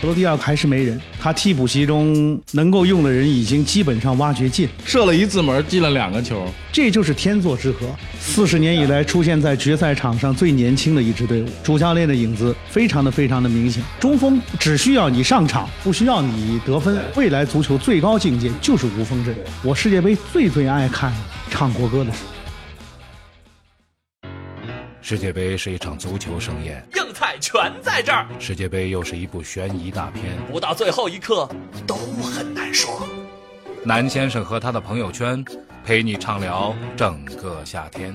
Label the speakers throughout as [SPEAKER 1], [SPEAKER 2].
[SPEAKER 1] 克罗地亚还是没人，他替补席中能够用的人已经基本上挖掘尽，
[SPEAKER 2] 射了一次门，进了两个球。
[SPEAKER 1] 这就是天作之合。四十年以来出现在决赛场上最年轻的一支队伍，主教练的影子非常的非常的明显。中锋只需要你上场，不需要你得分。未来足球最高境界就是无锋阵。我世界杯最最爱看唱国歌的时候。
[SPEAKER 3] 世界杯是一场足球盛宴，
[SPEAKER 4] 硬菜全在这儿，
[SPEAKER 3] 世界杯又是一部悬疑大片。
[SPEAKER 4] 不到最后一刻都很难说。
[SPEAKER 3] 南先生和他的朋友圈，陪你畅聊整个夏天。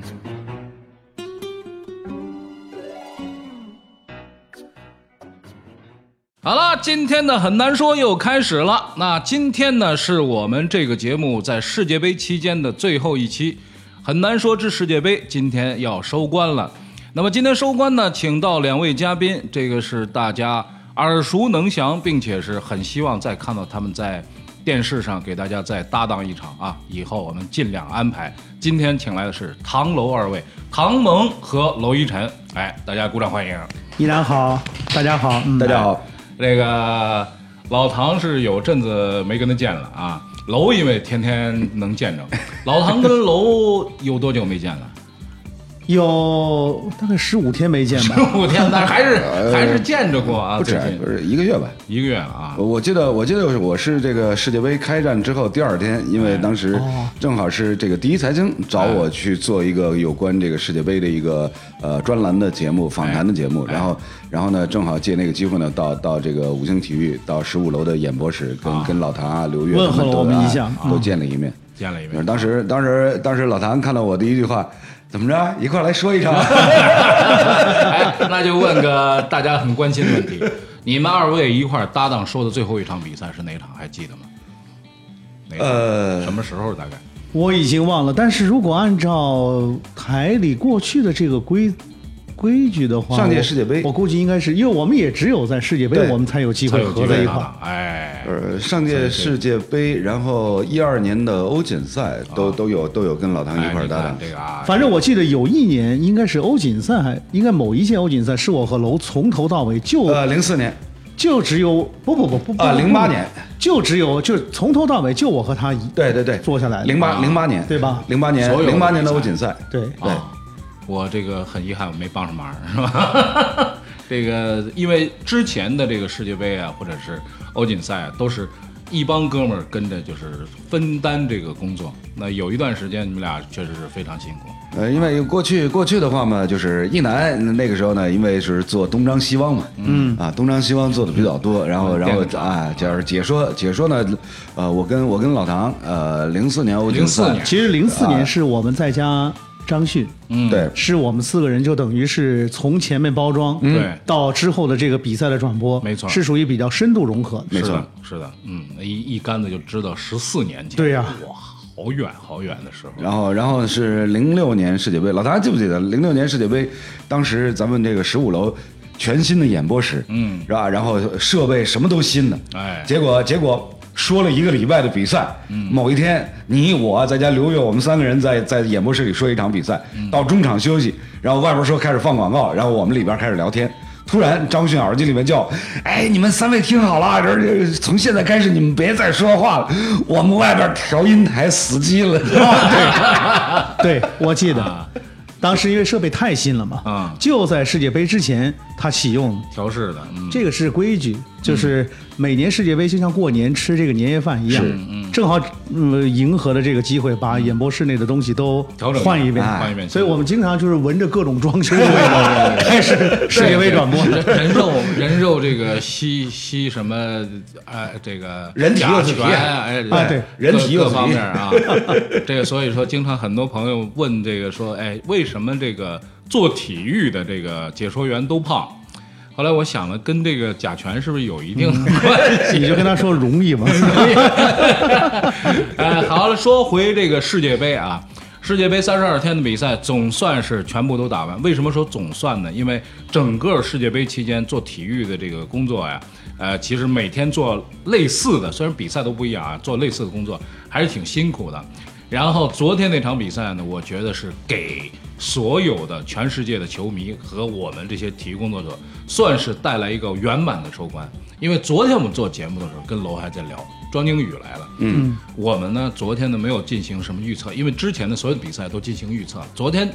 [SPEAKER 2] 好了，今天的很难说又开始了。那今天呢，是我们这个节目在世界杯期间的最后一期，很难说之世界杯今天要收官了。那么今天收官呢，请到两位嘉宾，这个是大家耳熟能详，并且是很希望再看到他们在电视上给大家再搭档一场啊。以后我们尽量安排。今天请来的是唐楼二位，唐蒙和娄一晨。哎，大家鼓掌欢迎。
[SPEAKER 1] 依然好，大家好，嗯、
[SPEAKER 5] 大家好，
[SPEAKER 2] 这个老唐是有阵子没跟他见了啊，楼因为天天能见着，老唐跟楼有多久没见了？
[SPEAKER 1] 有大概十五天没见吧，
[SPEAKER 2] 我 天，但是还是还是见着过啊，
[SPEAKER 5] 哎不止
[SPEAKER 2] 最近
[SPEAKER 5] 不是一个月吧？
[SPEAKER 2] 一个月了啊。
[SPEAKER 5] 我我记得我记得我是这个世界杯开战之后第二天，因
[SPEAKER 1] 哎
[SPEAKER 5] 为当时
[SPEAKER 1] 哦
[SPEAKER 5] 正好是这个第一财经找我去做一个有关这个世界杯的一个呃专栏的节目、访谈的节
[SPEAKER 1] 哎
[SPEAKER 5] 目，然后然后呢，正好借那个机会呢，到到这个五星体育到十五楼的演播室，跟跟老谭啊、刘越
[SPEAKER 1] 问
[SPEAKER 5] 他
[SPEAKER 1] 候
[SPEAKER 5] 们
[SPEAKER 1] 了
[SPEAKER 5] 都
[SPEAKER 1] 我们
[SPEAKER 5] 啊
[SPEAKER 1] 一下
[SPEAKER 5] 都见了一面。
[SPEAKER 2] 见了一
[SPEAKER 5] 反正
[SPEAKER 2] 面，
[SPEAKER 5] 当时当时当时老谭看到我第一句话，怎么着一块儿来说一场？啊
[SPEAKER 2] 哎，那就问个大家很关心的问题：你们二位一块儿搭档说的最后一场比赛是哪场？还记得吗？哪场
[SPEAKER 5] 呃
[SPEAKER 2] 什么时候大概？
[SPEAKER 1] 我已经忘了。但是如果按照台里过去的这个规规矩的话，
[SPEAKER 5] 上届
[SPEAKER 1] 我
[SPEAKER 5] 世界杯
[SPEAKER 1] 我估计应该是因为我们也只有在世界杯
[SPEAKER 5] 对
[SPEAKER 1] 我们才有机
[SPEAKER 2] 才
[SPEAKER 1] 会
[SPEAKER 2] 有机
[SPEAKER 1] 合在
[SPEAKER 2] 会
[SPEAKER 1] 一
[SPEAKER 2] 搭
[SPEAKER 1] 块儿。
[SPEAKER 2] 档。哎，
[SPEAKER 5] 呃，上届世界杯，然后一二年的欧锦赛都都有都有跟老唐一
[SPEAKER 2] 啊哎
[SPEAKER 5] 块儿
[SPEAKER 2] 你
[SPEAKER 5] 搭
[SPEAKER 2] 看
[SPEAKER 5] 档。
[SPEAKER 2] 这个啊，
[SPEAKER 1] 反正我记得有一年应该是欧锦赛，还应该某一届欧锦赛是我和楼从头到尾就、
[SPEAKER 5] 呃，零四年，
[SPEAKER 1] 就只有不不不不不
[SPEAKER 5] 啊
[SPEAKER 1] 不
[SPEAKER 5] 08年
[SPEAKER 1] 就只有就从头到尾就我和他一
[SPEAKER 5] 对对对，
[SPEAKER 1] 坐下来
[SPEAKER 5] 零八零八年，
[SPEAKER 1] 对吧
[SPEAKER 5] 零八年
[SPEAKER 2] 所有的
[SPEAKER 5] 零八年的
[SPEAKER 2] 比赛
[SPEAKER 5] 欧锦赛，
[SPEAKER 1] 对
[SPEAKER 5] 对
[SPEAKER 2] 啊，我这个很遗憾，我没帮上忙，是吧？这个因为之前的这个世界杯啊，或者是欧锦赛啊，都是一帮哥们儿跟着就是分担这个工作。那有一段时间，你们俩确实是非常辛苦。
[SPEAKER 5] 呃，因为过去过去的话嘛，就是一南那个时候呢，因为是做东张西望嘛，嗯啊，东张西望做的比较
[SPEAKER 2] 嗯
[SPEAKER 5] 多，然后然后
[SPEAKER 2] 电子
[SPEAKER 5] 啊，就是解说解说呢，呃，我跟我跟老唐，呃，零四年欧锦赛，
[SPEAKER 2] 04年
[SPEAKER 1] 其实零四
[SPEAKER 5] 啊
[SPEAKER 1] 年是我们在家张训。
[SPEAKER 2] 嗯，
[SPEAKER 5] 对，
[SPEAKER 1] 是我们四个人就等于是从前面包装，
[SPEAKER 2] 嗯对
[SPEAKER 1] 到之后的这个比赛的转播，
[SPEAKER 2] 没错
[SPEAKER 1] 是属于比较深度融合的。
[SPEAKER 5] 没
[SPEAKER 2] 是
[SPEAKER 5] 错
[SPEAKER 2] 的，是的，嗯，一一竿子就知道十四年前，
[SPEAKER 1] 对呀
[SPEAKER 2] 哇，好远好远的时候。
[SPEAKER 5] 然后，然后是零六年世界杯，老大家记不记得零六年世界杯？当时咱们这个十五楼全新的演播室，嗯，是吧？然后设备什么都新的，
[SPEAKER 2] 哎
[SPEAKER 5] 结果结果说了一个礼拜的比赛，某一天你我再加刘越，我们三个人在在演播室里说一场比赛，到中场休息，然后外边说开始放广告，然后我们里边开始聊天。突然，张迅耳机里面叫：“哎，你们三位听好了，这这从现在开始你们别再说话了，我们外边调音台死机了。”
[SPEAKER 1] 对，我记得，当时因为设备太新了嘛，
[SPEAKER 2] 啊
[SPEAKER 1] 就在世界杯之前他启用的，
[SPEAKER 2] 调试的，嗯，
[SPEAKER 1] 这个是规矩，就是每年世界杯就像过年吃这个年夜饭一样，正好嗯迎合了这个机会，把演播室内的东西都
[SPEAKER 2] 调整
[SPEAKER 1] 换一遍，
[SPEAKER 2] 哎换一遍
[SPEAKER 1] 所以我们经常就是闻着各种装修的味道开始世界杯转播。
[SPEAKER 2] 人人肉人肉这个吸吸什么呃这个
[SPEAKER 5] 人体
[SPEAKER 2] 甲
[SPEAKER 5] 肉体
[SPEAKER 2] 醛哎
[SPEAKER 1] 啊对
[SPEAKER 2] 各
[SPEAKER 5] 人体肉
[SPEAKER 2] 各
[SPEAKER 5] 体
[SPEAKER 2] 方面啊，这个所以说经常很多朋友问这个说哎为什么这个做体育的这个解说员都胖？后来我想了，跟这个甲醛是不是有一定的关系？
[SPEAKER 1] 你就跟他说容易吗？
[SPEAKER 2] 哎，好了，说回这个世界杯啊，世界杯三十二天的比赛总算是全部都打完。为什么说总算呢？因为整个世界杯期间做体育的这个工作呀，呃，其实每天做类似的，虽然比赛都不一样啊，做类似的工作还是挺辛苦的。然后昨天那场比赛呢，我觉得是给所有的全世界的球迷和我们这些体育工作者，算是带来一个圆满的收官。因为昨天我们做节目的时候，跟楼还在聊，庄景宇来了，嗯，我们呢昨天呢没有进行什么预测，因为之前的所有的比赛都进行预测，昨天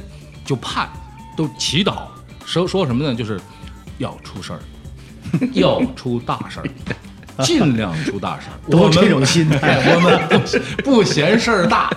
[SPEAKER 2] 就盼，都祈祷，说说什么呢？就是要出事儿，要出大事 儿，尽量出大事儿。
[SPEAKER 1] 都
[SPEAKER 2] 我们
[SPEAKER 1] 这种心态
[SPEAKER 2] 我们 不不嫌事儿大。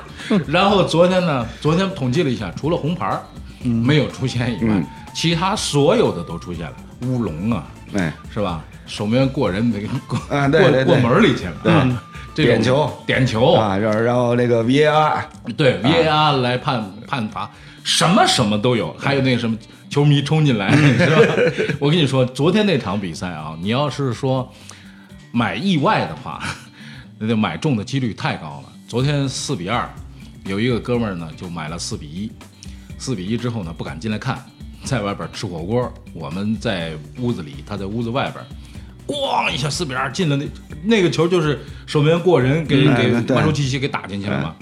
[SPEAKER 2] 然后昨天呢，昨天统计了一下，除了红牌儿没有出现以
[SPEAKER 5] 嗯
[SPEAKER 2] 外，其他所有的都出现了乌龙啊，
[SPEAKER 5] 哎，
[SPEAKER 2] 是吧？守门员过人没过
[SPEAKER 5] 啊对对对
[SPEAKER 2] 过过门儿里去了，
[SPEAKER 5] 对
[SPEAKER 2] 啊这种
[SPEAKER 5] 点球
[SPEAKER 2] 点球
[SPEAKER 5] 啊，然后然后那个 VAR
[SPEAKER 2] 对 VAR 来判判罚，什么什么都有，还有那个什么球迷冲进来，是 吧？我跟你说，昨天那场比赛啊，你要是说买意外的话， 那就买中的几率太高了。昨天四比二，有一个哥们儿呢就买了四比一，四比一之后呢不敢进来看，在外边吃火锅，我们在屋子里，他在屋子外边。咣一下，四比二进了那那个球，就是守门员过人给
[SPEAKER 5] 嗯
[SPEAKER 2] 给
[SPEAKER 5] 对
[SPEAKER 2] 曼朱基奇给打进去了嘛。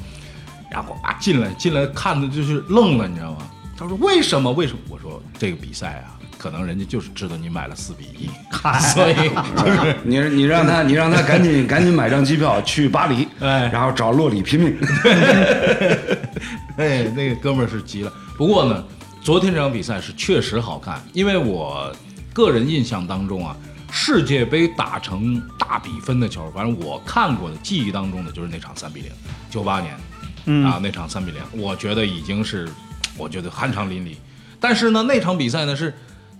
[SPEAKER 2] 然后啊进来进来看的就是愣了，你知道吗？他说为什么为什么？我说这个比赛啊，可能人家就是知道你买了四比一， 所以就是
[SPEAKER 5] 你你让他你让他赶紧 赶紧买张机票去巴黎，
[SPEAKER 2] 哎
[SPEAKER 5] 然后找洛里拼命。
[SPEAKER 2] 哎那个哥们儿是急了。不过呢，昨天这场比赛是确实好看，因为我个人印象当中啊，世界杯打成大比分的球，反正我看过的记忆当中的就是那场三比零，九八年。啊，那场三比零，我觉得已经是，我觉得酣畅淋漓。但是呢，那场比赛呢是，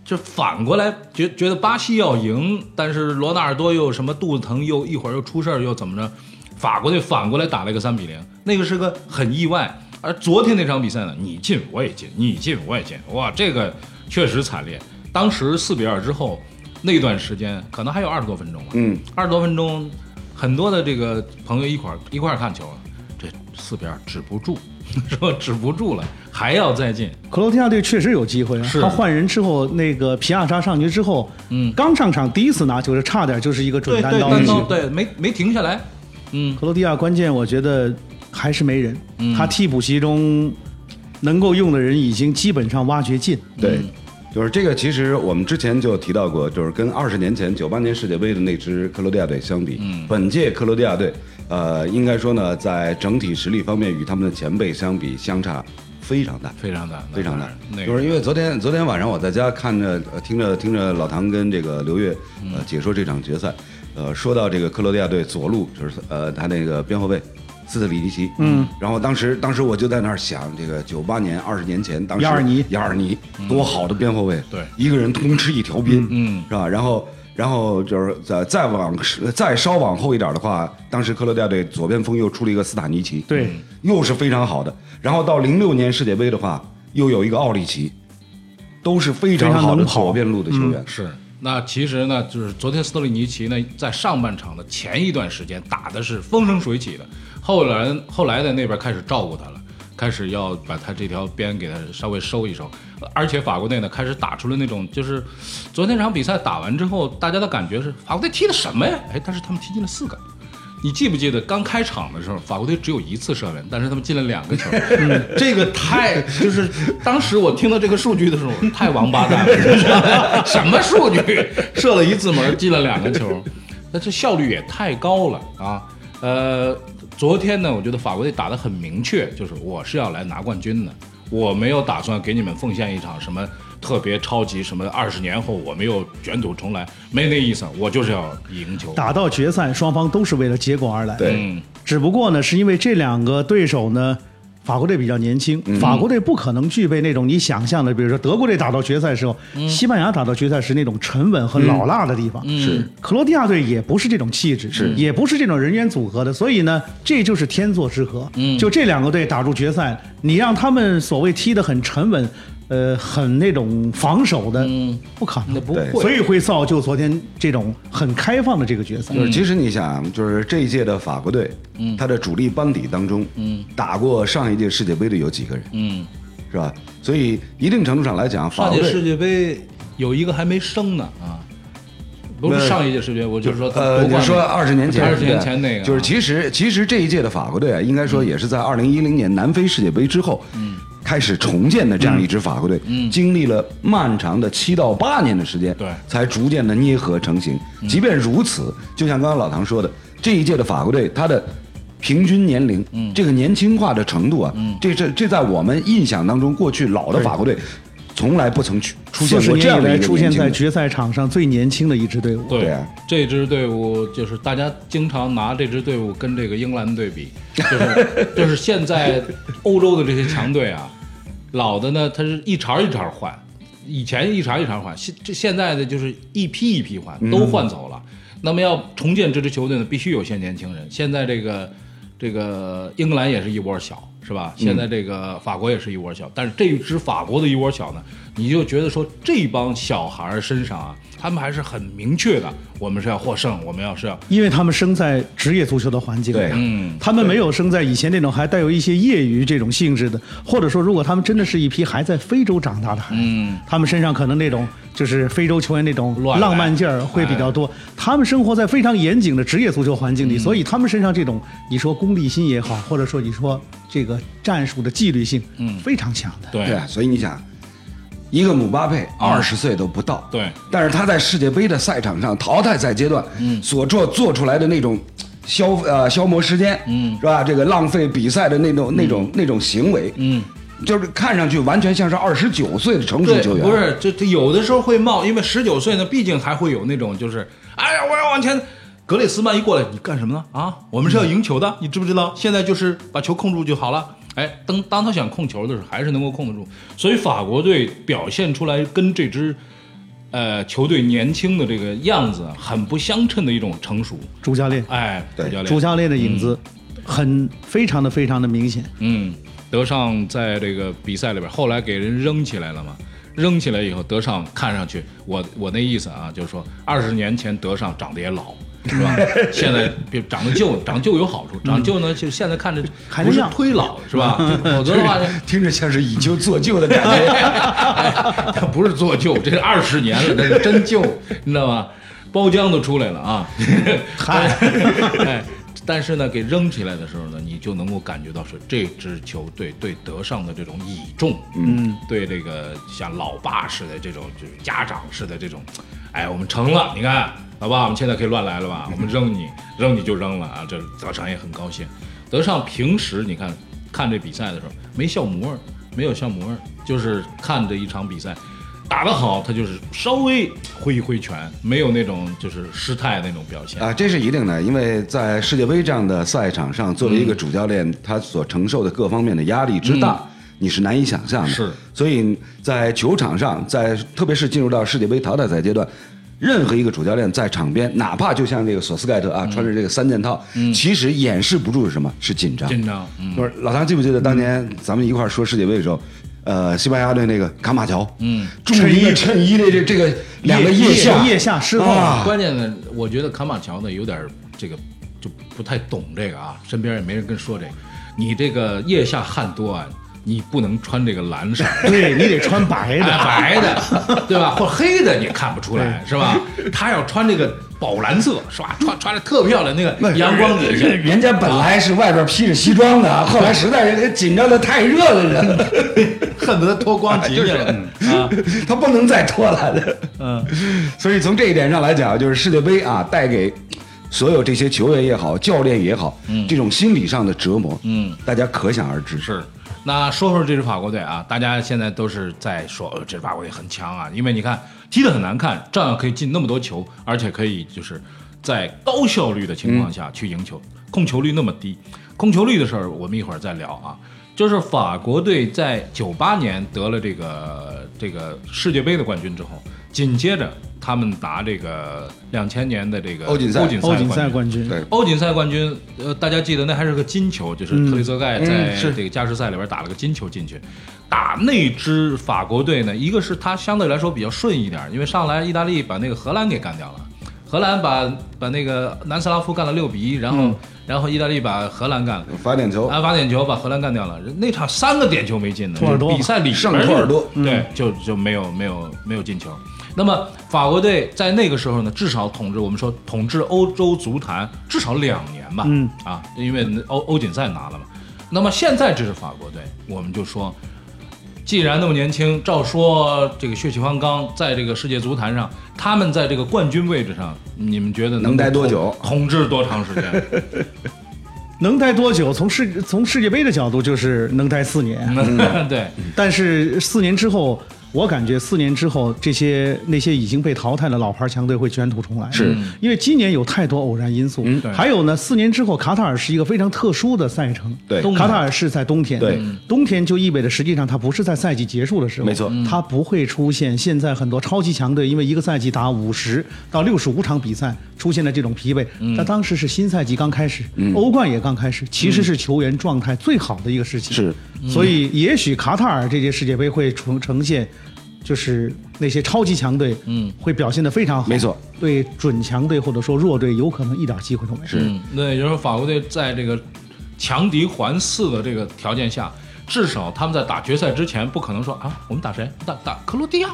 [SPEAKER 2] 就反过来觉觉得巴西要赢，但是罗纳尔多又什么肚子疼，又一会儿又出事儿，又怎么着？法国队反过来打了一个三比零，那个是个很意外。而昨天那场比赛呢，你进我也进，你进我也进，哇，这个确实惨烈。当时四比二之后，那段时间可能还有二十多分钟吧，
[SPEAKER 5] 嗯，
[SPEAKER 2] 二十多分钟，很多的这个朋友一块儿一块儿看球啊，这四比二止不住， 说止不住了，还要再进，
[SPEAKER 1] 克罗地亚队确实有机会啊，
[SPEAKER 2] 是
[SPEAKER 1] 他换人之后，那个皮亚沙上去之后，
[SPEAKER 2] 嗯
[SPEAKER 1] 刚上场第一次拿球是差点就是一个准单刀
[SPEAKER 2] 单
[SPEAKER 1] 进去
[SPEAKER 2] 刀，对，没没停下来，嗯，
[SPEAKER 1] 克罗地亚关键我觉得还是没人，
[SPEAKER 2] 嗯
[SPEAKER 1] 他替补席中能够用的人已经基本上挖掘尽。
[SPEAKER 5] 对，嗯就是这个。其实我们之前就提到过，就是跟二十年前九八年世界杯的那支克罗地亚队相比，本届克罗地亚队，呃，应该说呢，在整体实力方面与他们的前辈相比，相差非常大。
[SPEAKER 2] 非常难，
[SPEAKER 5] 非常难，
[SPEAKER 2] 那
[SPEAKER 5] 就
[SPEAKER 2] 个
[SPEAKER 5] 是因为昨天昨天晚上我在家看着呃听着听着老唐跟这个刘越
[SPEAKER 2] 嗯
[SPEAKER 5] 呃解说这场决赛，呃说到这个克罗地亚队左路就是呃他那个边后卫斯特里尼奇，嗯，然后当时当时我就在那儿想，这个九八年二十年前当时
[SPEAKER 1] 亚尔尼
[SPEAKER 5] 亚尔尼多好的边后卫，
[SPEAKER 2] 嗯对
[SPEAKER 5] 一个人通吃一条边，
[SPEAKER 2] 嗯，
[SPEAKER 5] 是吧？然后。然后就是再再往再稍往后一点的话，当时克罗地亚队左边锋又出了一个斯塔尼奇，
[SPEAKER 1] 对，
[SPEAKER 2] 嗯
[SPEAKER 5] 又是非常好的。然后到零六年世界杯的话，又有一个奥里奇，都是非常好的左边路的球员。
[SPEAKER 2] 嗯是。那其实呢，就是昨天斯特里尼奇呢，在上半场的前一段时间打的是风生水起的，后来后来在那边开始照顾他了，开始要把他这条边给他稍微收一收，而且法国队呢开始打出了那种就是，昨天这场比赛打完之后，大家的感觉是法国队踢的什么呀？哎，但是他们踢进了四个。你记不记得刚开场的时候，法国队只有一次射门，但是他们进了两个球，嗯这个太就是当时我听到这个数据的时候，太王八蛋了， 什么数据？射了一次门，进了两个球，那这效率也太高了啊！呃，昨天呢，我觉得法国队打得很明确，就是我是要来拿冠军的，我没有打算给你们奉献一场什么特别超级什么二十年后我没有卷土重来，没那意思，我就是要赢球。
[SPEAKER 1] 打到决赛，双方都是为了结果而来。
[SPEAKER 5] 对
[SPEAKER 2] 嗯，
[SPEAKER 1] 只不过呢，是因为这两个对手呢，法国队比较年轻，法国队不可能具备那种你想象的，比如说德国队打到决赛时候，西班牙打到决赛时那种沉稳和老辣的地方。
[SPEAKER 2] 是
[SPEAKER 1] 克罗地亚队也不是这种气质，嗯是也不是这种人员组合的，所以呢，这就是天作之合。嗯，就这两个队打入决赛，你让他们所谓踢得很沉稳，呃，很那种防守的，不可能，
[SPEAKER 2] 那不
[SPEAKER 5] 对
[SPEAKER 2] 会
[SPEAKER 1] 所以会造就昨天这种很开放的这个决赛。
[SPEAKER 5] 就是其实你想，就是这一届的法国队，
[SPEAKER 2] 嗯
[SPEAKER 5] 他的主力班底当中，打过上一届世界杯的有几个人，
[SPEAKER 2] 嗯。
[SPEAKER 5] 是吧？所以一定程度上来讲，法
[SPEAKER 2] 上
[SPEAKER 5] 国
[SPEAKER 2] 届世
[SPEAKER 5] 队。
[SPEAKER 2] 界杯有一个还没生呢啊，不是
[SPEAKER 5] 那
[SPEAKER 2] 上一届世界杯，我就是说他
[SPEAKER 5] 呃，
[SPEAKER 2] 夺
[SPEAKER 5] 你
[SPEAKER 2] 冠
[SPEAKER 5] 说
[SPEAKER 2] 那个
[SPEAKER 5] 二十年前，
[SPEAKER 2] 二十年前那个啊，嗯
[SPEAKER 5] 就是其实其实这一届的法国队啊，应该说也是在二零一零年南非世界杯之后，开始重建的这样一支法国队，经历了漫长的七到八年的时间，
[SPEAKER 2] 嗯对嗯
[SPEAKER 5] 才逐渐的捏合成型。即便如此，就像刚刚老唐说的，这一届的法国队，他的平均年龄，
[SPEAKER 2] 嗯
[SPEAKER 5] 这个年轻化的程度啊，这这这在我们印象当中，过去老的法国队从来不曾去出现
[SPEAKER 1] 四十
[SPEAKER 5] 过这
[SPEAKER 1] 年
[SPEAKER 5] 样
[SPEAKER 1] 以
[SPEAKER 5] 的
[SPEAKER 1] 来
[SPEAKER 5] 一个
[SPEAKER 1] 出现
[SPEAKER 5] 年轻
[SPEAKER 1] 在
[SPEAKER 5] 的
[SPEAKER 1] 决赛场上最年轻的一支队伍。
[SPEAKER 2] 对，
[SPEAKER 5] 对啊
[SPEAKER 2] 这支队伍就是大家经常拿这支队伍跟这个英格兰队比，就是就是现在欧洲的这些强队啊，老的呢它是一茬一茬换，以前一茬一茬换，现这现在的就是一批一批换，都
[SPEAKER 5] 嗯
[SPEAKER 2] 换走了。那么要重建这支球队呢，必须有些年轻人。现在这个这个英格兰也是一窝小，是吧？
[SPEAKER 5] 嗯
[SPEAKER 2] 现在这个法国也是一窝小，但是这支法国的一窝小呢，你就觉得说这帮小孩儿身上啊，他们还是很明确的，我们是要获胜，我们要是要
[SPEAKER 1] 因为他们生在职业足球的环境里，
[SPEAKER 5] 对
[SPEAKER 2] 嗯
[SPEAKER 1] 他们没有生在以前那种还带有一些业余这种性质的，或者说，如果他们真的是一批还在非洲长大的孩子，
[SPEAKER 2] 嗯
[SPEAKER 1] 他们身上可能那种就是非洲球员那种
[SPEAKER 2] 乱来
[SPEAKER 1] 浪漫劲儿会比较多。他们生活在非常严谨的职业足球环境
[SPEAKER 2] 嗯
[SPEAKER 1] 里，所以他们身上这种你说功利心也好，或者说你说这个战术的纪律性，嗯，非常强的。
[SPEAKER 2] 对嗯
[SPEAKER 5] 对啊，所以你想，一个姆巴佩二十岁都不到，
[SPEAKER 2] 对
[SPEAKER 5] 但是他在世界杯的赛场上淘汰赛阶段，嗯，所做做出来的那种消呃消磨时间，嗯，是吧？这个浪费比赛的那种那种那种行为，嗯，就是看上去完全像是二十九岁的成熟
[SPEAKER 2] 对，
[SPEAKER 5] 球员，
[SPEAKER 2] 不是，这这有的时候会冒，因为十九岁呢，毕竟还会有那种就是，哎呀，我要往前。格列斯曼一过来，你干什么呢？啊，我们是要赢球的，你 知不知道？现在就是把球控住就好了。哎，当当他想控球的时候，还是能够控得住。所以法国队表现出来跟这支呃球队年轻的这个样子很不相称的一种成熟。
[SPEAKER 1] 主教练，
[SPEAKER 2] 哎，
[SPEAKER 5] 对
[SPEAKER 2] 主教练
[SPEAKER 1] 主，教练的影子
[SPEAKER 5] 嗯
[SPEAKER 1] 很非常的非常的明显。
[SPEAKER 2] 嗯，德尚在这个比赛里边，后来给人扔起来了嘛，扔起来以后，德尚看上去，我我那意思啊，就是说二十年前德尚长得也老。是吧？现在比长得旧，长旧有好处，长旧呢，就现在看着
[SPEAKER 1] 还
[SPEAKER 2] 不是
[SPEAKER 1] 像
[SPEAKER 2] 忒老，是吧？否则的话，
[SPEAKER 5] 听着像是以旧做旧的感觉。
[SPEAKER 2] 他不是做旧，这是二十年了，这是真旧，你知道吗？包浆都出来了啊！嗨，哎， 但是呢，给扔起来的时候呢，你就能够感觉到说这支球队对德尚的这种倚重，嗯，对这个像老爸似的这种，就是家长似的这种，哎，我们成了，你看，老爸，我们现在可以乱来了吧？我们扔你，扔你就扔了啊！这德尚也很高兴。德尚平时你看看这比赛的时候没笑模儿，没有笑模儿，就是看这一场比赛。打得好，他就是稍微挥一挥拳，没有那种就是失态那种表现。
[SPEAKER 5] 啊，这是一定的，因为在世界杯这样的赛场上，作为一个主教练，他所承受的各方面的压力之大，你嗯是难以想象的。
[SPEAKER 2] 是，
[SPEAKER 5] 所以在球场上，在特别是进入到世界杯淘汰赛阶段。任何一个主教练在场边，哪怕就像这个索斯盖特啊，穿着这个三件套，其实掩饰不住是什么？是嗯紧张。嗯
[SPEAKER 2] 紧张，嗯，
[SPEAKER 5] 不是老唐记不记得当年咱们一块儿说世界杯的时候，呃，西班牙队那个卡马乔，嗯，助力衬衣的这这个两个腋下，
[SPEAKER 1] 腋下失控
[SPEAKER 5] 啊
[SPEAKER 2] 关键呢，我觉得卡马乔呢有点儿这个就不太懂这个啊，身边也没人跟说这个。你这个腋下汗多啊，你不能穿这个蓝 色儿。
[SPEAKER 1] 对你得穿白的，
[SPEAKER 2] 哎白的，对吧？或者黑的你也看不出来，是吧？他要穿这个宝蓝色，是吧？穿穿的特漂亮，那个阳光底下，
[SPEAKER 5] 人人家本来是外边披着西装的，啊后来实在是紧张的太热了，人
[SPEAKER 2] 恨不得脱光脊去了。 啊，
[SPEAKER 5] 他不能再脱了的。嗯， 所以从这一点上来讲，就是世界杯啊，带给所有这些球员也好，教练也好，这种心理上的折磨，
[SPEAKER 2] 嗯，
[SPEAKER 5] 大家可想而知。
[SPEAKER 2] 是。那说说这支法国队啊，大家现在都是在说，呃，这支法国队很强啊，因为你看踢得很难看，照样可以进那么多球，而且可以就是在高效率的情况下去赢球，控球率那么低，控球率的事儿我们一会儿再聊啊。就是法国队在九八年得了这个这个世界杯的冠军之后，紧接着他们拿这个两千年的这个
[SPEAKER 5] 欧锦赛
[SPEAKER 2] 欧锦赛
[SPEAKER 1] 欧锦赛
[SPEAKER 2] 冠军
[SPEAKER 1] 冠军。
[SPEAKER 5] 对
[SPEAKER 2] 欧锦赛冠军，呃，大家记得那还是个金球，就是特雷泽盖在这个加时赛里边打了个金球进去。打那支法国队呢，一个是他相对来说比较顺一点，因为上来意大利把那个荷兰给干掉了，荷兰把把那个南斯拉夫干了六比一，然后、然后意大利把荷兰干了。
[SPEAKER 5] 罚点球，
[SPEAKER 2] 安罚点球把荷兰干掉了，那场三个点球没进的，
[SPEAKER 1] 托尔多嘛
[SPEAKER 2] 比赛里
[SPEAKER 5] 圣
[SPEAKER 2] 边
[SPEAKER 5] 托尔多
[SPEAKER 2] 对，就就没有没有没有进球。那么法国队在那个时候呢，至少统治我们说统治欧洲足坛至少两年吧，
[SPEAKER 1] 嗯
[SPEAKER 2] 啊，因为欧欧锦赛拿了嘛。那么现在这是法国队，我们就说既然那么年轻，照说这个血气方刚在这个世界足坛上，他们在这个冠军位置上，你们觉得
[SPEAKER 5] 能待多久
[SPEAKER 2] 统统治多长时 间？
[SPEAKER 1] 能待多久？从世从世界杯的角度，就是能待四年。
[SPEAKER 5] 嗯
[SPEAKER 2] 对，
[SPEAKER 1] 但是四年之后，我感觉四年之后，这些那些已经被淘汰的老牌强队会卷土重来，
[SPEAKER 5] 是嗯
[SPEAKER 1] 因为今年有太多偶然因素。
[SPEAKER 2] 对
[SPEAKER 1] 还有呢，四年之后，卡塔尔是一个非常特殊的赛程，
[SPEAKER 5] 对
[SPEAKER 1] 卡塔尔是在冬天，
[SPEAKER 5] 对，
[SPEAKER 1] 冬天就意味着实际上它不是在赛季结束的时候，
[SPEAKER 5] 没错，
[SPEAKER 1] 它不会出现现在很多超级强队因为一个赛季打五十到六十五场比赛出现的这种疲惫。那当时是新赛季刚开始，欧冠也刚开始，其实是球员状态最好的一个时期。
[SPEAKER 5] 是，
[SPEAKER 1] 所以也许卡塔尔这届世界杯会呈呈现，就是那些超级强队，嗯，会表现得非常好。
[SPEAKER 5] 没错，
[SPEAKER 1] 对准强队或者说弱队，有可能一点机会都没有。是
[SPEAKER 2] 嗯，那也就是说，法国队在这个强敌环伺的这个条件下，至少他们在打决赛之前，不可能说啊，我们打谁？打打克罗地亚？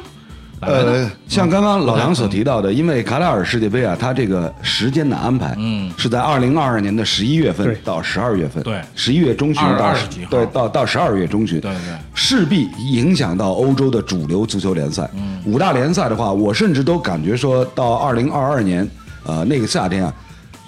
[SPEAKER 2] 打谁呢
[SPEAKER 5] 呃，像刚刚老梁所提到的，因为卡塔尔世界杯啊，它这个时间的安排，嗯，是在二零二二年的十一月份
[SPEAKER 1] 对
[SPEAKER 5] 到十二月份，
[SPEAKER 2] 对
[SPEAKER 5] 十一月中旬
[SPEAKER 2] 二
[SPEAKER 5] 到
[SPEAKER 2] 二十几号
[SPEAKER 5] 对到到十二月中旬，
[SPEAKER 2] 对对
[SPEAKER 5] 势必影响到欧洲的主流足球联赛。
[SPEAKER 2] 嗯
[SPEAKER 5] 五大联赛的话，我甚至都感觉说到二零二二年，呃，那个夏天啊，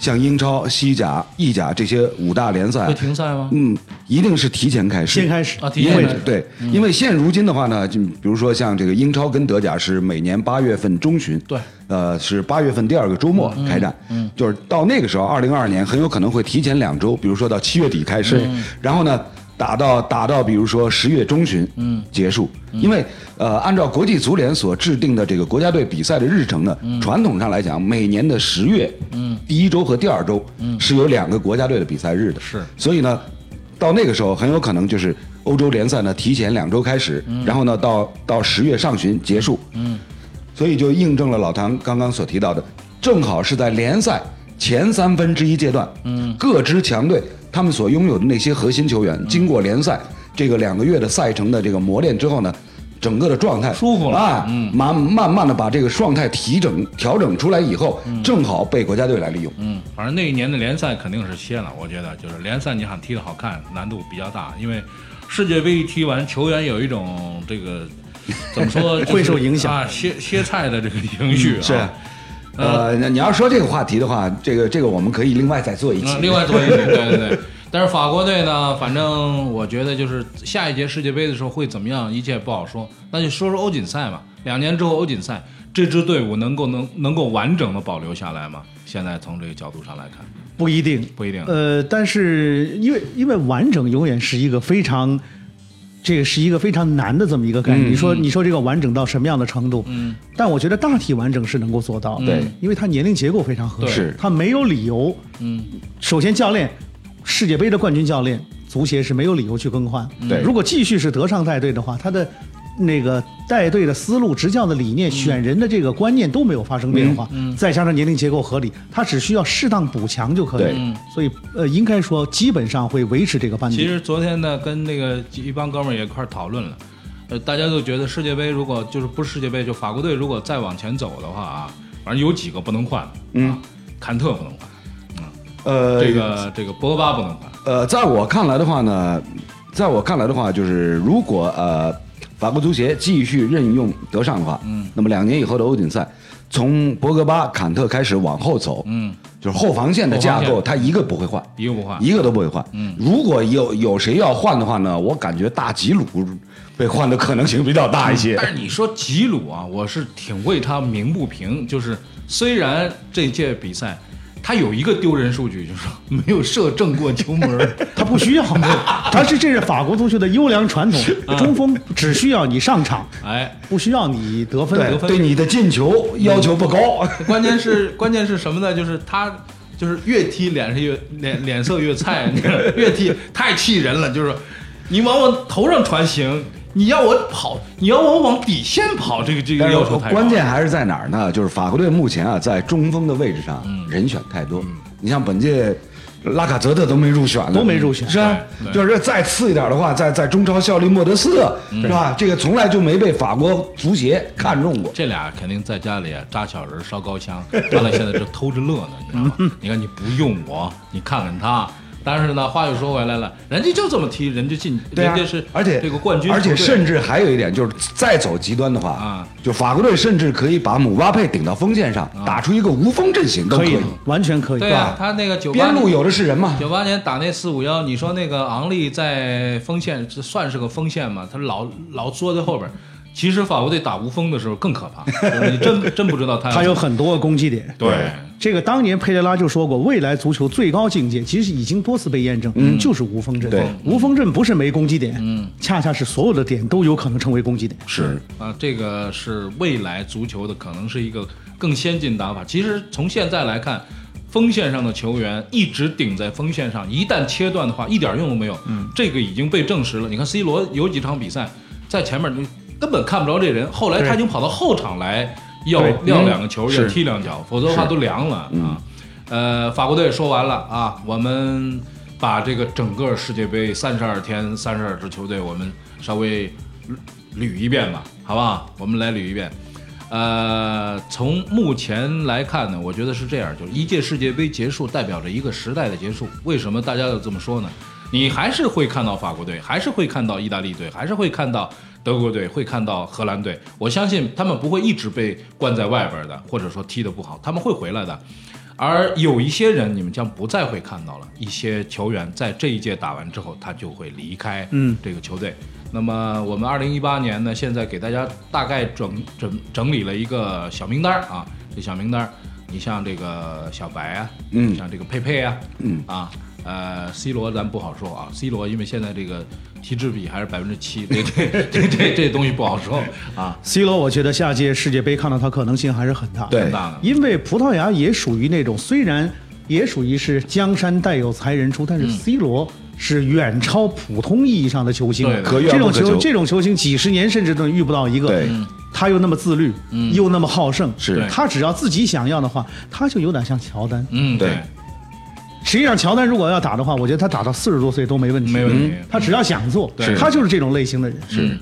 [SPEAKER 5] 像英超、西甲、意甲这些五大联赛啊
[SPEAKER 2] 会，停赛吗？
[SPEAKER 5] 嗯，一定是提前开始，
[SPEAKER 1] 先开始
[SPEAKER 2] 啊提
[SPEAKER 5] 因
[SPEAKER 2] 前
[SPEAKER 5] 为
[SPEAKER 2] 开始
[SPEAKER 5] 对，因为现如今的话呢，就比如说像这个英超跟德甲是每年八月份中旬，
[SPEAKER 2] 对，
[SPEAKER 5] 呃，是八月份第二个周末开战，嗯，就是到那个时候，二零二二年很有可能会提前两周，比如说到七月底开始，然后呢。打到打到，比如说十月中旬，嗯，结束，因为呃，按照国际足联所制定的这个国家队比赛的日程呢，传统上来讲，每年的十月，嗯，第一周和第二周，嗯，是有两个国家队的比赛日的，
[SPEAKER 2] 是
[SPEAKER 5] 所以呢，到那个时候很有可能就是欧洲联赛呢提前两周开始，然后呢到到十月上旬结束。嗯，所以就印证了老唐刚刚所提到的，正好是在联赛前三分之一阶段，嗯，各支强队他们所拥有的那些核心球
[SPEAKER 2] 嗯
[SPEAKER 5] 员，经过联赛这个两个月的赛程的这个磨练之后呢。整个的状态
[SPEAKER 2] 舒服了嗯
[SPEAKER 5] 啊，慢慢慢的把这个状态提整调整出来以后，正好被国家队来利用。
[SPEAKER 2] 嗯，反正那一年的联赛肯定是歇了，我觉得就是联赛你想踢得好看难度比较大，因为世界杯一踢完，球员有一种这个怎 么说、就是
[SPEAKER 1] 会受影响嗯
[SPEAKER 2] 啊，歇歇菜的这个 情绪啊。
[SPEAKER 5] 是，呃，那你要说这个话题的话，这个这个我们可以另外再做一期。
[SPEAKER 2] 嗯，另外多一点，对对对。但是法国队呢，反正我觉得就是下一届世界杯的时候会怎么样，一切不好说。那就说说欧锦赛嘛，两年之后欧锦赛，这支队伍能够能能够完整的保留下来吗？现在从这个角度上来看，
[SPEAKER 1] 不一定，
[SPEAKER 2] 不一定
[SPEAKER 1] 呃，但是因为因为完整永远是一个非常，这个是一个非常难的这么一个概
[SPEAKER 5] 嗯
[SPEAKER 1] 念。你说你说这个完整到什么样的程度？嗯，但我觉得大体完整是能够做到的，
[SPEAKER 5] 对
[SPEAKER 1] 因为它年龄结构非常合
[SPEAKER 5] 对
[SPEAKER 1] 适
[SPEAKER 5] 是，
[SPEAKER 1] 它没有理由。嗯，首先教练，世界杯的冠军教练，足协是没有理由去更换。
[SPEAKER 5] 对
[SPEAKER 1] 如果继续是德尚带队的话，他的。那个带队的思路、执教的理
[SPEAKER 5] 嗯
[SPEAKER 1] 念、选人的这个观念都没有发生变化，再加上年龄结构合理，他只需要适当补强就可以。
[SPEAKER 5] 对
[SPEAKER 1] 嗯所以呃，应该说基本上会维持这个班
[SPEAKER 2] 其
[SPEAKER 1] 底。
[SPEAKER 2] 实昨天呢，跟那个一帮哥们儿也一块儿讨论了，呃，大家都觉得世界杯如果就是不是世界杯，就法国队如果再往前走的话啊，反正有几个不能换，嗯，坎特不能换，
[SPEAKER 5] 呃，
[SPEAKER 2] 这个这个博格巴不能换，
[SPEAKER 5] 呃，在我看来的话呢，在我看来的话，就是如果呃法国足协继续任用德尚的话，嗯，那么两年以后的欧锦赛，从博格巴、坎特开始往后走，嗯，就是后防线的架
[SPEAKER 2] 后
[SPEAKER 5] 构，
[SPEAKER 2] 防线
[SPEAKER 5] 他一个不会换，
[SPEAKER 2] 一个不换，
[SPEAKER 5] 一个都不会换。嗯，如果有有谁要换的话呢，我感觉大吉鲁被换的可能性比较大一些。
[SPEAKER 2] 但是你说吉鲁啊，我是挺为他鸣不平。就是虽然这届比赛他有一个丢人数据，就是说没有射正过球门儿，
[SPEAKER 1] 他不需要，他是这是法国足球的优良传统，中锋只需要你上场，
[SPEAKER 2] 哎，
[SPEAKER 1] 不需要你得分。
[SPEAKER 5] 对
[SPEAKER 1] 得，分
[SPEAKER 5] 对你的进球要求不高。
[SPEAKER 2] 关键是关键是什么呢？就是他就是越踢脸是越脸脸色越菜，你知道吗越踢太气人了。就是你往我头上传行，你要我跑，你要我往底线跑，这个这
[SPEAKER 5] 但
[SPEAKER 2] 个
[SPEAKER 5] 是
[SPEAKER 2] 要求太高
[SPEAKER 5] 关键还是在哪儿呢？就是法国队目前啊，在中锋的位置上
[SPEAKER 2] 嗯
[SPEAKER 5] 人选太多。你像本届拉卡泽特都没入选了，
[SPEAKER 1] 都没入选
[SPEAKER 5] 是吧？
[SPEAKER 2] 对对
[SPEAKER 5] 就是再次一点的话，在在中超效力莫德斯特
[SPEAKER 2] 嗯
[SPEAKER 5] 是吧？这个从来就没被法国足协看中过。
[SPEAKER 2] 这俩肯定在家里扎小人儿 烧高香，完了现在这偷着乐呢，你知道吗？你看你不用我，你看看他，但是呢，话又说回来了，人家就这么踢，人家进，
[SPEAKER 5] 对啊
[SPEAKER 2] 人家是，
[SPEAKER 5] 而且
[SPEAKER 2] 这个冠军球
[SPEAKER 5] 而
[SPEAKER 2] 队，
[SPEAKER 5] 且甚至还有一点就是，再走极端的话
[SPEAKER 2] 啊，
[SPEAKER 5] 就法国队甚至可以把姆巴佩顶到锋线上，打出一个无锋阵型都
[SPEAKER 1] 可
[SPEAKER 5] 可
[SPEAKER 1] 以
[SPEAKER 5] 以
[SPEAKER 1] 的。，完全可以。
[SPEAKER 2] 对啊，他那个九八
[SPEAKER 5] 边路有的是人嘛，
[SPEAKER 2] 九八年打那四五幺，你说那个昂利在锋线这算是个锋线嘛？他老老缩在后边儿。其实法国队打无锋的时候更可怕，就是你真真不知道 他要
[SPEAKER 1] 他有很多个攻击点。
[SPEAKER 5] 对，
[SPEAKER 1] 这个当年佩德拉就说过，未来足球最高境界其实已经多次被验证，就是无锋阵。
[SPEAKER 5] 对
[SPEAKER 1] 无锋阵不是没攻击点，恰恰是所有的点都有可能成为攻击点。
[SPEAKER 5] 是
[SPEAKER 2] 啊，这个是未来足球的可能是一个更先进打法。其实从现在来看，锋线上的球员一直顶在锋线上，一旦切断的话，一点用都没有。嗯，这个已经被证实了。你看 C 罗有几场比赛在前面你根本看不着这人，后来他已经跑到后场来要
[SPEAKER 1] 对
[SPEAKER 2] 撂两个球，
[SPEAKER 5] 嗯
[SPEAKER 2] 要
[SPEAKER 5] 是嗯
[SPEAKER 2] 踢两脚，否则的话都凉了啊。呃，法国队说完了啊，我们把这个整个世界杯三十二天三十二支球队，我们稍微捋一遍吧，好不好？我们来捋一遍。呃，从目前来看呢，我觉得是这样，就是一届世界杯结束代表着一个时代的结束。为什么大家要这么说呢？你还是会看到法国队，还是会看到意大利队，还是会看到德国队，会看到荷兰队。我相信他们不会一直被关在外边的，或者说踢得不好，他们会回来的。而有一些人，你们将不再会看到了。一些球员在这一届打完之后，他就会离开
[SPEAKER 1] 嗯
[SPEAKER 2] 这个球队。那么我们二零一八年呢，现在给大家大概整整整理了一个小名单儿啊，这小名单儿，你像这个小白啊，
[SPEAKER 5] 嗯
[SPEAKER 2] 像这个佩佩啊，嗯啊。呃，C 罗咱不好说啊，C 罗因为现在这个体脂比还是百分之七，这这这这这东西不好说啊，
[SPEAKER 1] C 罗，我觉得下届世界杯看到他可能性还是很大。
[SPEAKER 5] 对
[SPEAKER 2] 很大的。
[SPEAKER 1] 因为葡萄牙也属于那种虽然也属于是江山代有才人出，但
[SPEAKER 2] 嗯
[SPEAKER 1] 是 C 罗是远超普通意义上的球星
[SPEAKER 2] 对
[SPEAKER 1] 的。
[SPEAKER 5] 可遇而
[SPEAKER 1] 这种
[SPEAKER 5] 不可
[SPEAKER 1] 球
[SPEAKER 5] 求
[SPEAKER 1] 这种球星几十年甚至都遇不到一个。
[SPEAKER 5] 对
[SPEAKER 1] 他又那么自律，
[SPEAKER 2] 嗯
[SPEAKER 1] 又那么好胜，
[SPEAKER 5] 是对
[SPEAKER 1] 他只要自己想要的话，他就有点像乔丹。
[SPEAKER 2] 嗯，
[SPEAKER 5] 对
[SPEAKER 1] 实际上，乔丹如果要打的话，我觉得他打到四十多岁都没问题，
[SPEAKER 2] 没问题
[SPEAKER 1] 嗯他只要想做，
[SPEAKER 2] 对
[SPEAKER 1] 他就是这种类型的人。
[SPEAKER 2] 是嗯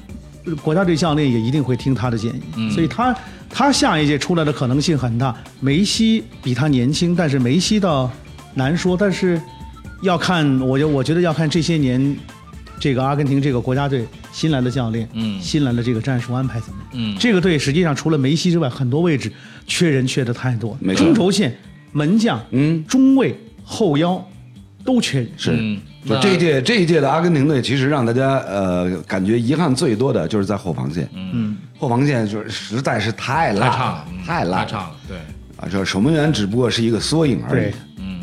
[SPEAKER 1] 国家队教练也一定会听他的建议，所以他他下一届出来的可能性很大。梅西比他年轻，但是梅西倒难说，但是要看，我就我觉得要看这些年这个阿根廷这个国家队新来的教练，
[SPEAKER 2] 嗯
[SPEAKER 1] 新来的这个战术安排怎么样？
[SPEAKER 2] 嗯
[SPEAKER 1] 这个队实际上除了梅西之外，很多位置缺人缺的太多
[SPEAKER 5] 没，错
[SPEAKER 1] 中轴线、门将、
[SPEAKER 5] 嗯
[SPEAKER 1] 中卫、后腰都缺人。
[SPEAKER 5] 是。
[SPEAKER 2] 嗯，
[SPEAKER 5] 就
[SPEAKER 2] 那
[SPEAKER 5] 这一届，这一届的阿根廷队，其实让大家呃感觉遗憾最多的就是在后防线，嗯，后防线就是实在是太
[SPEAKER 2] 太
[SPEAKER 5] 烂
[SPEAKER 2] 差了，嗯
[SPEAKER 5] 太烂
[SPEAKER 2] 太差了，对，
[SPEAKER 5] 啊！这守门员只不过是一个缩影而已
[SPEAKER 1] 对。
[SPEAKER 5] 嗯，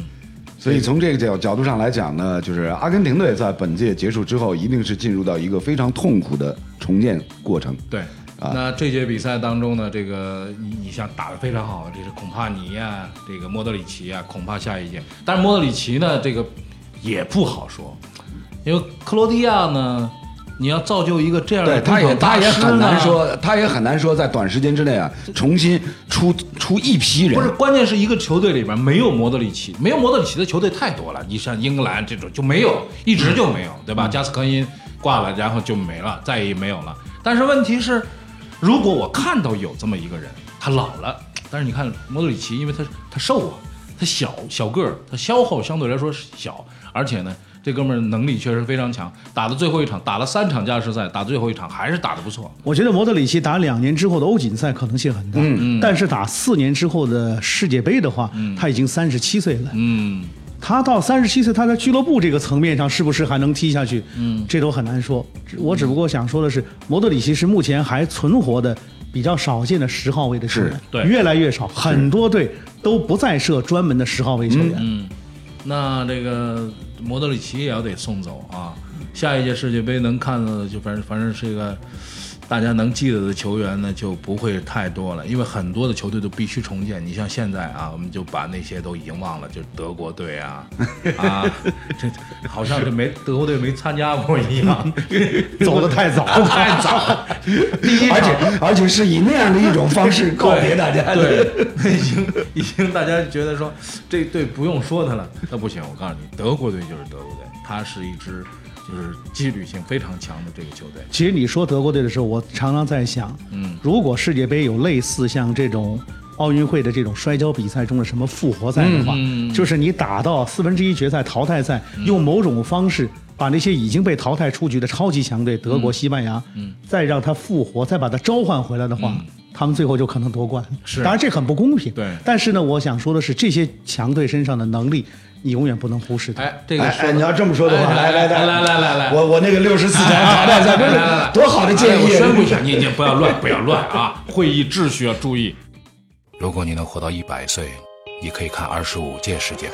[SPEAKER 5] 所以从这个角角度上来讲呢，就是阿根廷队在本届结束之后，一定是进入到一个非常痛苦的重建过程。
[SPEAKER 2] 对，
[SPEAKER 5] 啊
[SPEAKER 2] 那这届比赛当中呢，这个你你像打得非常好，这是恐怕你呀、啊这个莫德里奇呀、恐怕下一届。但是莫德里奇呢，这个也不好说，因为克罗地亚呢，你要造就一个这样的
[SPEAKER 5] 对，呃
[SPEAKER 2] 中场大
[SPEAKER 5] 他也他也
[SPEAKER 2] 师
[SPEAKER 5] 很难
[SPEAKER 2] 呢
[SPEAKER 5] 说，他也很难说在短时间之内啊，重新出出一批人。
[SPEAKER 2] 不是，关键是一个球队里边没有莫德里奇，没有莫德里奇的球队太多了。你像英格兰这种就没有，一直就没有，对吧？加斯科因挂了，然后就没了，再也没有了。但是问题是，如果我看到有这么一个人，他老了，但是你看莫德里奇，因为他他瘦啊，他小小个儿，他消耗相对来说小，而且呢。这哥们儿能力确实非常强，打到最后一场，打了三场加时赛，打最后一场还是打得不错。
[SPEAKER 1] 我觉得莫德里奇打两年之后的欧锦赛可能性很大，
[SPEAKER 5] 嗯
[SPEAKER 1] 但是打四年之后的世界杯的话，他已经三十七岁了。
[SPEAKER 2] 嗯，
[SPEAKER 1] 他到三十七岁，他在俱乐部这个层面上是不是还能踢下去？嗯，这都很难说。只我只不过想说的是，莫德里奇是目前还存活的比较少见的十号位的球员
[SPEAKER 5] 是，
[SPEAKER 2] 对
[SPEAKER 1] 越来越少，很多队都不再设专门的十号位球员。
[SPEAKER 2] 那这个莫德里奇也要得送走啊。下一届世界杯能看到的，就反正反正是一个大家能记得的球员呢，就不会太多了，因为很多的球队都必须重建。你像现在啊，我们就把那些都已经忘了，就是德国 队啊啊，这这好像这没德国队没参加过一样，
[SPEAKER 1] 走得太早了，
[SPEAKER 2] 太早了。
[SPEAKER 5] 而且而且是以那样的一种方式告别大家。
[SPEAKER 2] 对，已经已经大家觉得说这队不用说他了，那不行。我告诉你，德国队就是德国队，它是一支就是纪律性非常强的这个球队。
[SPEAKER 1] 其实你说德国队的时候，我常常在想，嗯，如果世界杯有类似像这种。奥运会的这种摔跤比赛中的什么复活赛的话，就是你打到四分之一决赛、淘汰赛，用某种方式把那些已经被淘汰出局的超级强队，德国、西班牙，再让他复活，再把他召唤回来的话。他们最后就可能夺冠，是当然这很不公平。
[SPEAKER 2] 对
[SPEAKER 1] 但是呢，我想说的是，这些强队身上的能力，你永远不能忽视它。
[SPEAKER 2] 哎，这个
[SPEAKER 6] 哎
[SPEAKER 2] 说
[SPEAKER 6] 哎，你要这么说的话，来
[SPEAKER 2] 哎
[SPEAKER 6] 来
[SPEAKER 2] 来
[SPEAKER 6] 来
[SPEAKER 2] 来来来哎
[SPEAKER 6] 我我那个六十四强淘汰赛，
[SPEAKER 2] 来来来来，
[SPEAKER 6] 多好的建
[SPEAKER 2] 哎我
[SPEAKER 6] 议啊！
[SPEAKER 2] 宣布一下，你你不要乱，不要乱啊！会议秩序要注意。
[SPEAKER 3] 如果你能活到一百岁，你可以看二十五届世界杯。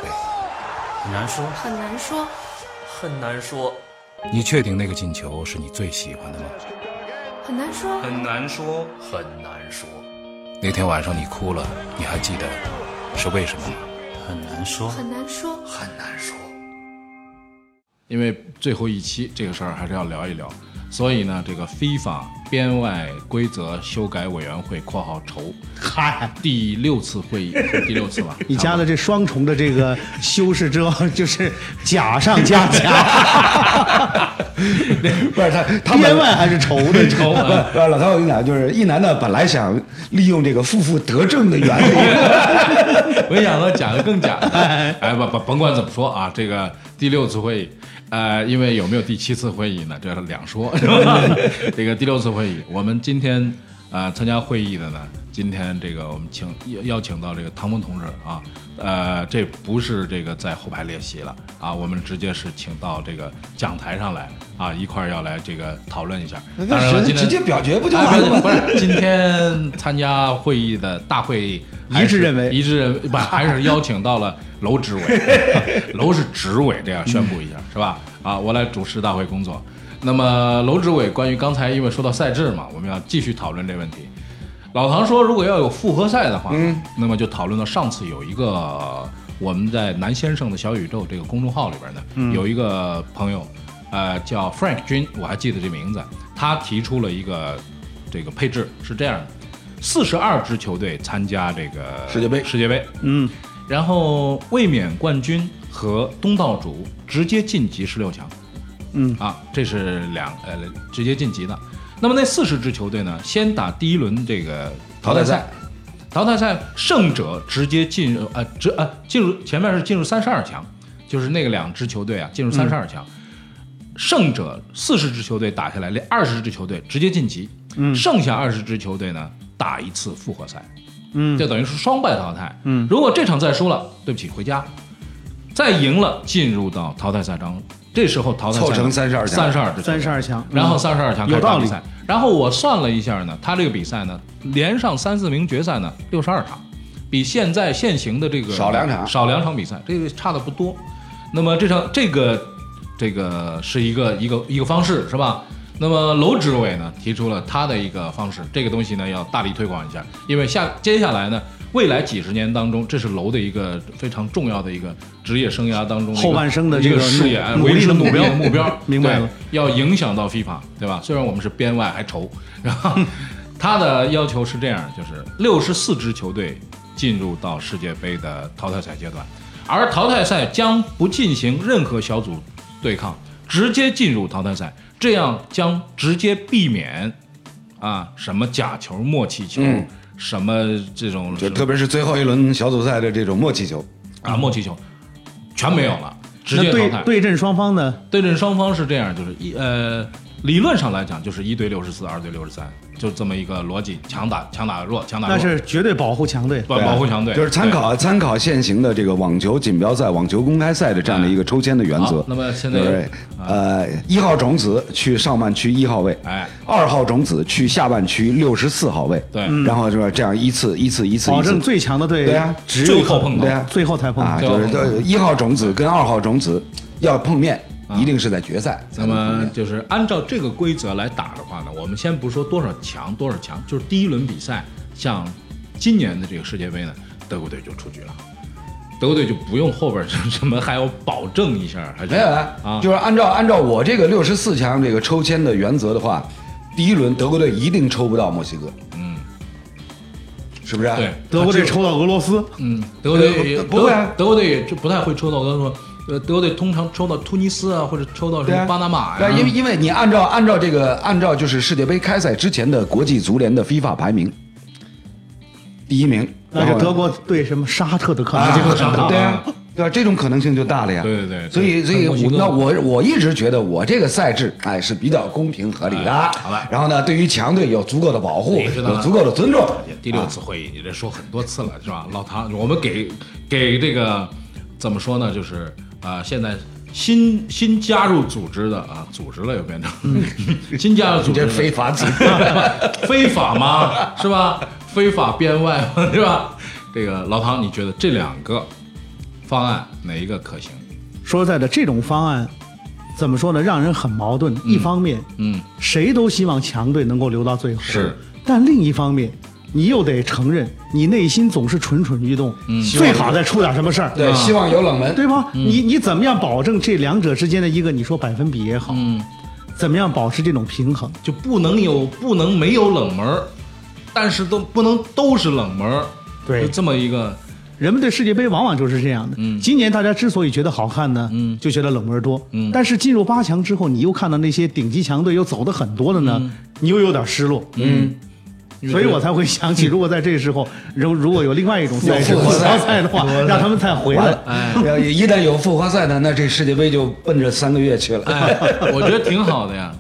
[SPEAKER 4] 很难说，
[SPEAKER 7] 很难说，
[SPEAKER 4] 很难说，
[SPEAKER 3] 你确定那个进球是你最喜欢的吗？
[SPEAKER 7] 很难说，
[SPEAKER 4] 很难说，很难说，
[SPEAKER 3] 那天晚上你哭了，你还记得是为什么吗？
[SPEAKER 4] 很难说，
[SPEAKER 7] 很难说，
[SPEAKER 4] 很难说。
[SPEAKER 2] 因为最后一期这个事儿还是要聊一聊，所以呢，这个 FIFA 编外规则修改委员会（括号筹
[SPEAKER 1] 嗨，）
[SPEAKER 2] 第六次会议，第六次吧？
[SPEAKER 1] 你加了这双重的这个修饰之后，就是假上加假，
[SPEAKER 5] 不是他，他
[SPEAKER 1] 编
[SPEAKER 5] 们
[SPEAKER 1] 外还是愁的愁。
[SPEAKER 5] 不是不是老唐，我跟你讲，就是一男的本来想利用这个负负得正的原 理，
[SPEAKER 2] 没想到讲的更 假。哎，不不，甭管怎么说啊，这个第六次会议，呃，因为有没有第七次会议呢？这是两 说，是吧？这个第六次会议，我们今天呃参加会议的呢，今天这个我们请邀邀请到这个唐峰同志啊，呃，这不是这个在后排列席了啊，我们直接是请到这个讲台上来啊，一块儿要来这个讨论一下。当然了，
[SPEAKER 5] 直
[SPEAKER 2] 今天
[SPEAKER 5] 直接表决不就
[SPEAKER 2] 哎
[SPEAKER 5] 完了吗？
[SPEAKER 2] 不是，不是今天参加会议的大会
[SPEAKER 1] 一致认为
[SPEAKER 2] 还是一致认为 不还是邀请到了楼执委，楼是执委，这样宣布一下、是吧？啊，我来主持大会工作。那么楼执委关于刚才因为说到赛制嘛，我们要继续讨论这问题。老唐说，如果要有复合赛的话，
[SPEAKER 5] 嗯
[SPEAKER 2] 那么就讨论到上次有一个呃我们在南先生的小宇宙这个公众号里边呢，
[SPEAKER 5] 嗯
[SPEAKER 2] 有一个朋友，呃，叫 Frank 君，我还记得这名字，他提出了一个这个配置是这样的：四十二支球队参加这个
[SPEAKER 5] 世界杯
[SPEAKER 2] 世界杯，
[SPEAKER 1] 嗯，
[SPEAKER 2] 然后卫冕冠军和东道主直接晋级十六强。
[SPEAKER 1] 嗯
[SPEAKER 2] 啊，这是两呃直接晋级的。那么那四十支球队呢，先打第一轮这个淘汰赛，淘汰赛胜者直接进入呃直呃进入前面是进入三十二强，就是那个两支球队啊进入三十二强。胜者四十支球队打下来，那二十支球队直接晋级，嗯、剩下二十支球队呢打一次复活赛，
[SPEAKER 1] 嗯
[SPEAKER 2] 就等于是双败淘汰。嗯，如果这场赛输了，对不起，回家；再赢了，进入到淘汰赛当中。这时候淘汰赛
[SPEAKER 5] 凑成32强
[SPEAKER 2] 三十二支球队，
[SPEAKER 1] 三十二强，嗯
[SPEAKER 2] 然后三十二强开
[SPEAKER 1] 有
[SPEAKER 2] 始打
[SPEAKER 1] 道
[SPEAKER 2] 比
[SPEAKER 1] 理
[SPEAKER 2] 赛。然后我算了一下呢，他这个比赛呢，连上三四名决赛呢，六十二场，比现在现行的这个
[SPEAKER 5] 少两场
[SPEAKER 2] 少两场比赛，这个差的不多。那么这场这个这个是一个一个一个方式是吧？那么楼执委呢提出了他的一个方式，这个东西呢要大力推广一下，因为下接下来呢，未来几十年当中，这是楼的一个非常重要的一个职业生涯当中一个
[SPEAKER 1] 后半生的
[SPEAKER 2] 一
[SPEAKER 1] 这
[SPEAKER 2] 个
[SPEAKER 1] 个
[SPEAKER 2] 事业，
[SPEAKER 1] 努
[SPEAKER 2] 为
[SPEAKER 1] 力
[SPEAKER 2] 之
[SPEAKER 1] 的
[SPEAKER 2] 目
[SPEAKER 1] 目
[SPEAKER 2] 标
[SPEAKER 1] 标
[SPEAKER 2] 目标，
[SPEAKER 1] 明白
[SPEAKER 2] 对
[SPEAKER 1] 了
[SPEAKER 2] 要影响到 FIFA，对吧？虽然我们是编外 还愁，然后他的要求是这样，就是六十四支球队进入到世界杯的淘汰赛阶段，而淘汰赛将不进行任何小组对抗，直接进入淘汰赛，这样将直接避免啊什么假球、默契球，
[SPEAKER 1] 嗯
[SPEAKER 2] 什么这种
[SPEAKER 5] 就特别是最后一轮小组赛的这种默契球，
[SPEAKER 2] 啊默契球，全没有了，直
[SPEAKER 1] 那
[SPEAKER 2] 接淘
[SPEAKER 1] 对
[SPEAKER 2] 汰。
[SPEAKER 1] 对阵双方呢？
[SPEAKER 2] 对阵双方是这样，就是一呃，理论上来讲就是一对六十四，二对六十三，就这么一个逻辑，强打强打弱，强打弱，
[SPEAKER 1] 那是绝对保护强队。
[SPEAKER 2] 保保护强队，
[SPEAKER 5] 啊就是参考参考现行的这个网球锦标赛、网球公开赛的这样的一个抽签的原
[SPEAKER 2] 哎好
[SPEAKER 5] 则。
[SPEAKER 2] 那么现在啊
[SPEAKER 5] 对不对？呃，一号种子去上半区一号位，
[SPEAKER 2] 哎，
[SPEAKER 5] 二号种子去下半区六十四号位，
[SPEAKER 2] 对
[SPEAKER 5] 然后就是这样一次一次一次
[SPEAKER 1] 保
[SPEAKER 5] 一
[SPEAKER 1] 证
[SPEAKER 5] 次，
[SPEAKER 1] 最强的队
[SPEAKER 5] 对啊
[SPEAKER 1] 只
[SPEAKER 2] 最
[SPEAKER 1] 有
[SPEAKER 2] 后碰头
[SPEAKER 5] 对啊
[SPEAKER 1] 最后才碰
[SPEAKER 5] 啊，
[SPEAKER 1] 头。
[SPEAKER 5] 就是这一号种子跟二号种子要碰面，一定是在决赛才
[SPEAKER 2] 啊那
[SPEAKER 5] 能碰
[SPEAKER 2] 么
[SPEAKER 5] 面。
[SPEAKER 2] 就是按照这个规则来打的话呢，我们先不说多少强多少强，就是第一轮比赛，像今年的这个世界杯呢，德国队就出局了，德国队就不用后边什么什么还要保证一下，还是
[SPEAKER 5] 没有
[SPEAKER 2] 啊，
[SPEAKER 5] 就是按照按照我这个六十四强这个抽签的原则的话，第一轮德国队一定抽不到墨西哥，嗯，是啊不是？
[SPEAKER 2] 对，
[SPEAKER 1] 德国队抽到俄罗斯，
[SPEAKER 2] 啊嗯，德国队也
[SPEAKER 5] 不不会啊
[SPEAKER 2] 德国队也就不太会抽到。我刚才说，呃，德国队通常抽到突尼斯啊，或者抽到什
[SPEAKER 5] 对啊
[SPEAKER 2] 么巴拿马
[SPEAKER 5] 对啊，
[SPEAKER 2] 呀、
[SPEAKER 5] 因为因为你按照按照这个按照就是世界杯开赛之前的国际足联的 FIFA 排名，第一名
[SPEAKER 1] 那是德国对什么沙特的可能
[SPEAKER 5] 啊，
[SPEAKER 1] 性
[SPEAKER 5] 这
[SPEAKER 1] 很
[SPEAKER 5] 个
[SPEAKER 1] 大
[SPEAKER 5] 对啊，对啊，这种可能性就大了呀。
[SPEAKER 2] 对对对
[SPEAKER 5] 所以所以
[SPEAKER 2] 看过
[SPEAKER 5] 我
[SPEAKER 2] 一个
[SPEAKER 5] 那我我一直觉得我这个赛制哎是比较公平合理的。哎好
[SPEAKER 2] 吧
[SPEAKER 5] 然后呢，对于强队有足够的保护，
[SPEAKER 2] 你知道吗
[SPEAKER 5] 有足够的尊重。
[SPEAKER 2] 第六次会议，这说很多次了，是吧？老唐，我们给给这个怎么说呢？就是啊、现在新新加入组织的啊，组织了又变成、新加入组
[SPEAKER 5] 嗯你
[SPEAKER 2] 织
[SPEAKER 5] 这
[SPEAKER 2] 的
[SPEAKER 5] 非法组织
[SPEAKER 2] 非法吗？是吧？非法编外嘛 是吧？这个老唐，你觉得这两个方案哪一个可行？
[SPEAKER 1] 说实在的，这种方案怎么说呢，让人很矛盾。一方面，
[SPEAKER 2] 嗯，
[SPEAKER 1] 谁都希望强队能够留到最后，
[SPEAKER 2] 是。
[SPEAKER 1] 但另一方面，你又得承认，你内心总是蠢蠢欲动，嗯、最好再出点什么事儿，
[SPEAKER 5] 对，希望有冷门。
[SPEAKER 1] 对吧？
[SPEAKER 2] 嗯
[SPEAKER 1] 你你怎么样保证这两者之间的一个你说百分比也好，
[SPEAKER 2] 嗯，
[SPEAKER 1] 怎么样保持这种平衡？
[SPEAKER 2] 就不能有不能没有冷门儿，但是都不能都是冷门儿，
[SPEAKER 1] 对
[SPEAKER 2] 就这么一个
[SPEAKER 1] 人们对世界杯往往就是这样的。今年大家之所以觉得好看呢，就觉得冷门多。但是进入八强之后，你又看到那些顶级强队又走的很多了呢，你又有点失落。嗯。所以我才会想起，如果在这时候，如如果有另外一种赛事，
[SPEAKER 5] 有
[SPEAKER 1] 锦
[SPEAKER 5] 复活赛
[SPEAKER 1] 标赛的话，让他们再回
[SPEAKER 5] 完
[SPEAKER 1] 来
[SPEAKER 5] 了。，呃要一旦有复活赛呢，那这世界杯就奔着三个月去了。
[SPEAKER 2] 哎，我觉得挺好的呀。